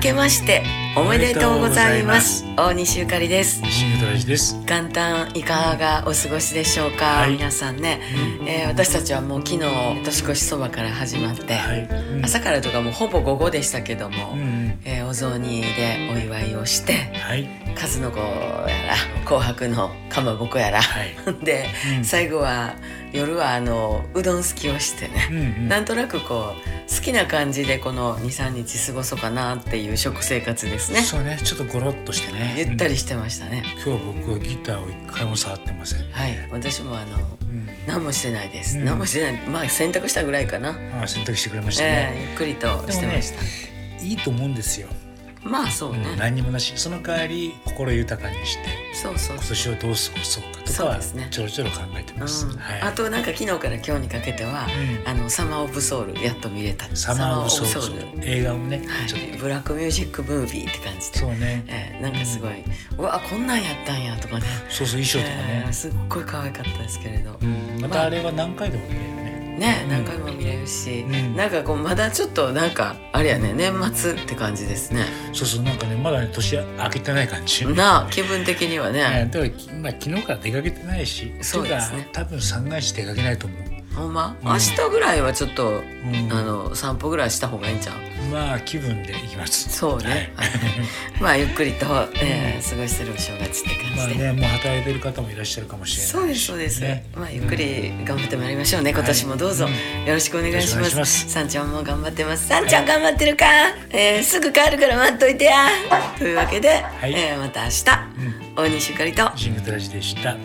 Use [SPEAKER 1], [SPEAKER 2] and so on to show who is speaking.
[SPEAKER 1] けましておめでとうございます大西ゆかりです
[SPEAKER 2] 西村大地です。
[SPEAKER 1] 元旦いかがお過ごしでしょうか、
[SPEAKER 2] はい
[SPEAKER 1] 皆さんね、えー私たちはもう昨日年越しそばから始まって、
[SPEAKER 2] はい。うん
[SPEAKER 1] 朝からとかもうほぼ午後でしたけども、
[SPEAKER 2] うんうん
[SPEAKER 1] えーお雑煮でお祝いをして
[SPEAKER 2] はい
[SPEAKER 1] 数の子やら紅白のかまぼこやら
[SPEAKER 2] はい。
[SPEAKER 1] で、
[SPEAKER 2] うん
[SPEAKER 1] 最後は夜はあのうどん好きをしてね
[SPEAKER 2] うんうん
[SPEAKER 1] なんとなくこう好きな感じでこの23日過ごそうかなっていう食生活ですね
[SPEAKER 2] そうね、ちょっとゴロッとしてね。
[SPEAKER 1] ゆった
[SPEAKER 2] うん
[SPEAKER 1] りしてましたね、
[SPEAKER 2] 今日僕はギターを一回も触ってません。
[SPEAKER 1] はい私もあの
[SPEAKER 2] うん。
[SPEAKER 1] 何もしてないです、
[SPEAKER 2] うん
[SPEAKER 1] 何もしてないまあ洗濯したぐらいかな、
[SPEAKER 2] まあ選択してくれました
[SPEAKER 1] え
[SPEAKER 2] ね。
[SPEAKER 1] えゆっくりとしてました、
[SPEAKER 2] いいと思うんですよ。
[SPEAKER 1] まあそう
[SPEAKER 2] う
[SPEAKER 1] ね、
[SPEAKER 2] ん何にもなし。その代わり心豊かにして
[SPEAKER 1] そうそう
[SPEAKER 2] 今年をどう過ごそうかとか
[SPEAKER 1] そう
[SPEAKER 2] は
[SPEAKER 1] ですね
[SPEAKER 2] ちょろちょろ考えてます。
[SPEAKER 1] うん
[SPEAKER 2] はい。
[SPEAKER 1] あとなんか昨日から今日にかけては、
[SPEAKER 2] うん
[SPEAKER 1] あのサマー・オブ・ソウルやっと見れた
[SPEAKER 2] サマーオブソ
[SPEAKER 1] サマ
[SPEAKER 2] ウル映画をね、ちょっ
[SPEAKER 1] はい、ブラックミュージックムービーって感じ
[SPEAKER 2] と
[SPEAKER 1] で、
[SPEAKER 2] そうね。
[SPEAKER 1] ええなんかすごい、うわこんなんやったんやとかね
[SPEAKER 2] そうそう衣装とか
[SPEAKER 1] ええ
[SPEAKER 2] ね。
[SPEAKER 1] すっごい可愛かったですけれど、
[SPEAKER 2] うん。またあれは何回でも見れるね。
[SPEAKER 1] ね
[SPEAKER 2] うん
[SPEAKER 1] 何回も見れるし、
[SPEAKER 2] うん
[SPEAKER 1] なんかこうまだちょっとなんかあれやね年末って感じですね
[SPEAKER 2] そうそうなんかねまだね年明けてない感じ。
[SPEAKER 1] なあ気分的には
[SPEAKER 2] え
[SPEAKER 1] ね、
[SPEAKER 2] ー、だから、まあ、昨日から出かけてないし、
[SPEAKER 1] そうですね
[SPEAKER 2] てか多分三が日出かけないと思う。
[SPEAKER 1] ほんま、
[SPEAKER 2] うん
[SPEAKER 1] 明日ぐらいはちょっと、
[SPEAKER 2] うん
[SPEAKER 1] あの散歩ぐらいした方がいいんちゃう
[SPEAKER 2] まあ、気分で行きます。
[SPEAKER 1] そうね、
[SPEAKER 2] はい
[SPEAKER 1] はいまあゆっくりと、えー過ごしてるお正月って
[SPEAKER 2] まあ
[SPEAKER 1] 感じで、
[SPEAKER 2] ね、もう働いてる方もいらっしゃるかもしれないし。
[SPEAKER 1] そうですそうです、
[SPEAKER 2] ね
[SPEAKER 1] まあゆっくり頑張ってまいりましょうね今年もどうぞ、
[SPEAKER 2] はい
[SPEAKER 1] よろしくお願いし
[SPEAKER 2] よ
[SPEAKER 1] ま
[SPEAKER 2] ろしくお願い
[SPEAKER 1] す
[SPEAKER 2] します
[SPEAKER 1] さんちゃんも頑張ってますさんちゃん頑張ってるか、えーすぐ帰るから待っといてやというわけで、
[SPEAKER 2] い
[SPEAKER 1] えーまた明日、
[SPEAKER 2] う
[SPEAKER 1] 大西ゆかりと
[SPEAKER 2] ジムトラジでした。